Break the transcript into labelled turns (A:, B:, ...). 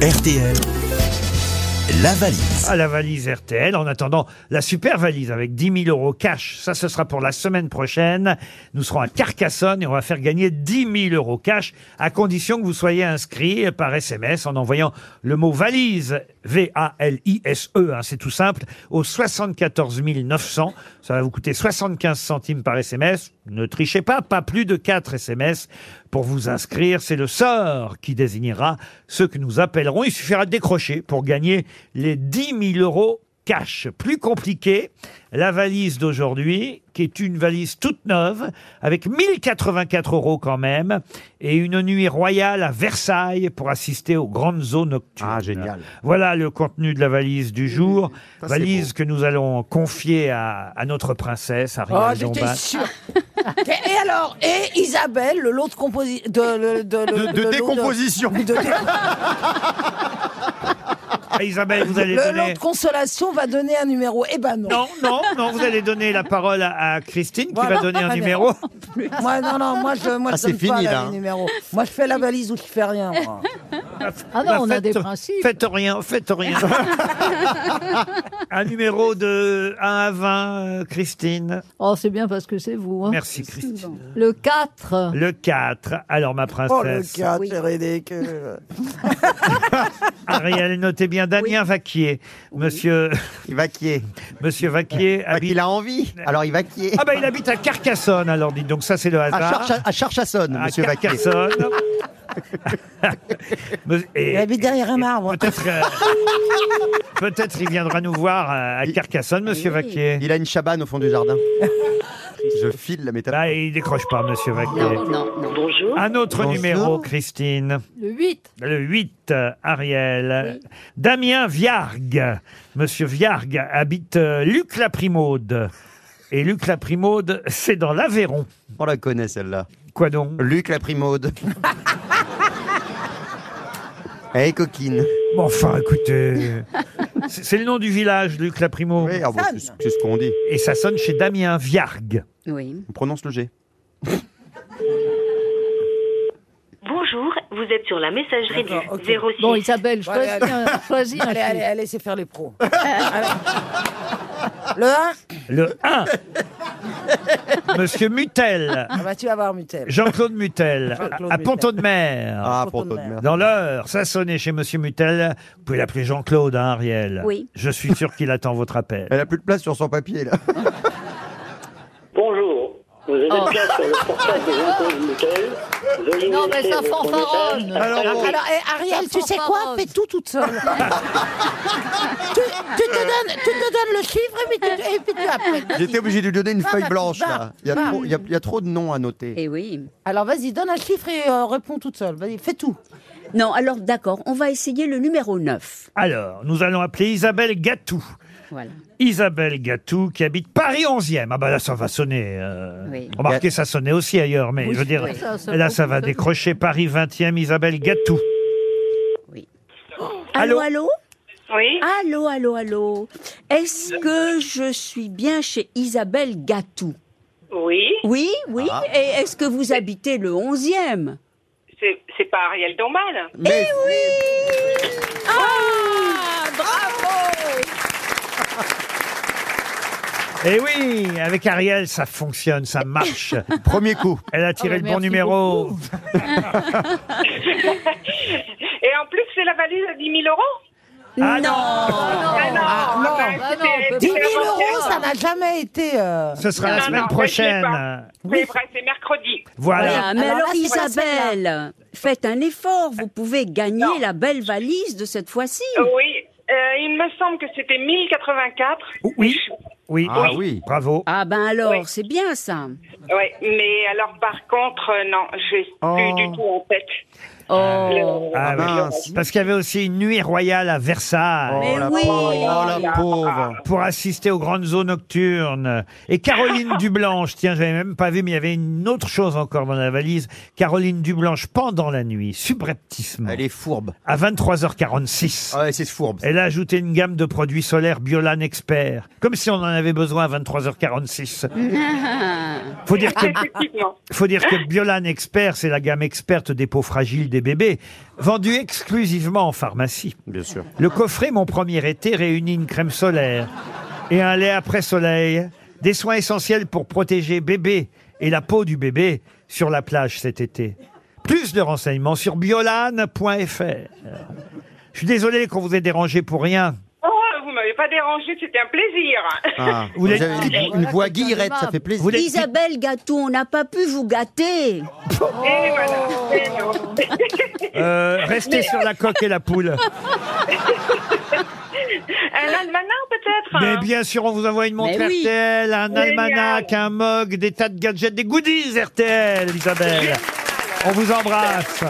A: RTL, la valise.
B: à la valise RTL. En attendant, la super valise avec 10 000 euros cash, ça ce sera pour la semaine prochaine. Nous serons à Carcassonne et on va faire gagner 10 000 euros cash à condition que vous soyez inscrit par SMS en envoyant le mot valise, V-A-L-I-S-E, hein, c'est tout simple, au 74 900. Ça va vous coûter 75 centimes par SMS. Ne trichez pas, pas plus de 4 SMS. Pour vous inscrire, c'est le sort qui désignera ceux que nous appellerons. Il suffira de décrocher pour gagner les 10 000 euros cash. Plus compliqué, la valise d'aujourd'hui, qui est une valise toute neuve, avec 1084 euros quand même, et une nuit royale à Versailles pour assister aux grandes zones nocturnes.
C: Ah, génial.
B: Voilà le contenu de la valise du jour.
C: Ça, c'est
B: valise que nous allons confier à, à notre princesse,
D: Oh,
B: Ariane
D: j'étais
B: Dombal.
D: sûre. et, et alors, et Isabelle, le lot de composi... de, le- de, le-
C: De,
D: le lot
C: de décomposition.
D: de- de dé-
B: Ah, Isabelle, vous allez
D: le lot
B: donner...
D: de consolation va donner un numéro. Eh ben non.
B: Non, non, non, vous allez donner la parole à, à Christine qui
D: Voilà.
B: va donner un
D: Très bien.
B: numéro.
D: Moi, non, non, moi je, moi,
C: Ah,
D: je
C: c'est
D: donne pas
C: fini,
D: là,
C: là,
D: les
C: hein.
D: numéros. Moi je fais la valise ou je fais rien. moi.
E: Ah non, on a
B: faites-
E: des principes.
B: Faites rien, faites rien. un numéro de 1 à 20, euh, Christine.
E: Oh, c'est bien parce que c'est vous. hein.
B: Merci, Christine.
E: Le 4.
B: Le 4. Alors, ma
D: Oh le
B: princesse.
D: cas, c'est ridicule.
B: Ariel, notez bien Damien Vaquier. Monsieur,
C: Il va quier.
B: monsieur Vaquier
C: Ah,
B: habite.
C: Il a envie. Alors il va quier.
B: Ah, bah, il habite à Carcassonne, alors dites donc, ça, c'est le
C: À,
B: hasard.
C: Charcha- à Charchassonne,
B: À
C: monsieur Vaquier.
B: Carcassonne. Et-
D: Il habite derrière un arbre.
B: Peut-être euh, peut-être il viendra nous voir euh, à à Carcassonne, monsieur Vaquier.
C: Il a une cabane au fond du jardin. Je file la métaphore.
B: Bah, il décroche pas, monsieur Vaquier.
F: Bonjour.
B: Un autre
C: Bonjour.
B: numéro, Christine.
E: Le 8.
B: Le 8, euh, Ariel. Damien Viargue. Monsieur Viargue habite euh, Luc-la-Primaude. Et Luc-la-Primaude, c'est dans l'Aveyron.
C: On la connaît celle-là.
B: Quoi donc
C: Luc la primaude. Eh coquine.
B: Bon, Enfin, écoutez. C'est c'est le nom du village, Luc-la-Primaude.
C: Oui, ah bon, c'est ce- c'est ce qu'on dit.
B: Et ça sonne chez Damien Viargue.
F: Oui.
C: On prononce le G.
F: Bonjour, vous êtes sur la messagerie du
D: D'accord, ok.
F: 06.
E: Bon, Isabelle,
D: Allez,
E: choisis
D: allez.
E: un. Choisis hein, un
D: Allez,
E: chiffre.
D: allez, allez, c'est faire les pros. Allez. le 1
B: Le 1. Monsieur Mutel.
D: ah bah, Tu vas voir Mutel.
B: Jean-Claude Mutel.
D: Jean-Claude
B: à
D: Mutel.
B: Pont-de-Mer.
C: Ah,
D: photo
C: pour
D: de
C: toi de
D: merde.
C: merde.
B: Dans l'heure, ça sonnait chez Monsieur Mutel. Vous pouvez l'appeler Jean-Claude, hein, Ariel.
F: Oui.
B: Je suis sûr qu'il attend votre appel.
C: Elle a plus de place sur son papier là.
G: Bonjour, vous avez
E: Oh.
G: bien sur le portable de Jean-Claude Michel. Veuillez
E: Non, mais
G: laisser
E: ça
G: votre message.
E: fanfaronne.
C: Alors euh, bon.
D: Alors, eh, Ariel,
E: Ça
D: tu
E: sent
D: sais
E: pas
D: quoi
E: rose.
D: Fais tout toute seule. tu, tu te donnes, tu te donnes le chiffre et puis tu, et puis tu appelles.
C: J'étais obligé de lui donner une feuille
D: va,
C: blanche
D: va,
C: là. Ah, bah, Il y a
D: va.
C: trop- il y a- il y a trop de noms à noter.
F: Eh oui.
D: Alors, vas-y, donne un chiffre et euh, réponds toute seule. Vas-y, fais tout.
F: Non, alors d'accord, on va essayer le numéro 9.
B: Alors, nous allons appeler Isabelle Gatou.
F: Voilà.
B: Isabelle Gatou, qui habite Paris 11e. Ah bah là, ça va sonner. euh,
F: Oui.
B: Remarquez, ça sonnait aussi ailleurs, mais je veux dire,
F: oui.
E: Ça, ça
B: là, ça
E: beaucoup
B: va
E: sonne.
B: décrocher Paris 20e, Isabelle Gatou. Allô
F: Allô, allô
G: Oui,
F: Allô, allô, allô. Est-ce que je suis bien chez Isabelle Gatou
G: oui,
F: Oui, oui. Et est-ce que vous habitez le 11e
G: c'est- c'est pas Ariel Dombal.
C: Mais
B: Eh oui, avec Ariel, ça fonctionne, ça marche.
C: premier coup.
B: Elle a tiré
E: Oh,
B: le bon
E: merci
B: numéro.
G: Et en plus, c'est la valise à 10 000 euros.
B: Ah non.
G: Ah non,
D: non,
G: ben,
E: bah non,
G: c'était-
E: on peut
D: 10
G: c'était
D: 000 euros,
G: avant-hier.
D: ça n'a jamais été. euh,
B: Ce sera
G: Non,
B: la
G: non,
B: semaine
G: mais je l'ai pas.
B: prochaine.
G: C'est vrai, c'est mercredi.
B: Voilà.
F: Voilà, mais
D: Alors
F: alors,
D: là, c'est pour la semaine,
F: Isabelle, faites un effort, vous pouvez gagner
G: Non.
F: la belle valise de cette fois-ci.
G: Oui, euh, il me semble que c'était 1084.
B: Oui. Oui.
C: Ah oui.
B: Bravo.
F: Ah ben alors,
G: Oui.
F: c'est bien ça.
G: Oui, mais alors par contre, euh, non, j'ai plus
C: Oh.
G: du tout en tête.
F: Oh.
C: Ah,
B: Ah, oui.
C: mince.
B: Parce qu'il y avait aussi une nuit royale à Versailles.
F: Ah, Mais
C: Oh la
F: oui.
C: pauvre. Oh la
G: Ah.
C: pauvre.
B: pour assister aux grandes eaux nocturnes. Et Caroline Dublanche, tiens, j'avais même pas vu, mais il y avait une autre chose encore dans la valise. Caroline Dublanche, pendant la nuit, subrepticement,
C: Elle est fourbe.
B: à 23h46,
C: Ah ouais, c'est fourbe.
B: elle a ajouté une gamme de produits solaires Biolan Expert. Comme si on en avait besoin à 23h46. faut dire que
G: Effectivement.
B: faut dire que Biolan Expert, c'est la gamme experte des peaux fragiles, des bébés, vendu exclusivement en pharmacie.
C: Bien sûr.
B: Le coffret Mon premier été réunit une crème solaire et un lait après soleil, des soins essentiels pour protéger bébé et la peau du bébé sur la plage cet été. Plus de renseignements sur biolane.fr. Je suis désolé qu'on vous ait dérangé pour rien.
G: Oh, vous m'avez pas dérangé, c'était un plaisir.
C: Ah,
B: Vous l'êtes-
C: avez une, une voix guillerette, ça fait plaisir.
B: Vous l'êtes-
F: Isabelle Gâteau, on n'a pas pu vous gâter.
B: Oh.
G: Et voilà. Et non.
B: Euh, restez sur la coque et la poule.
G: Un almanach peut-être hein.
B: Mais bien sûr, on vous envoie une montre
F: Mais oui.
B: RTL, un
G: Génial.
B: almanach, un mug, des tas de gadgets, des goodies RTL, Isabelle. On vous embrasse.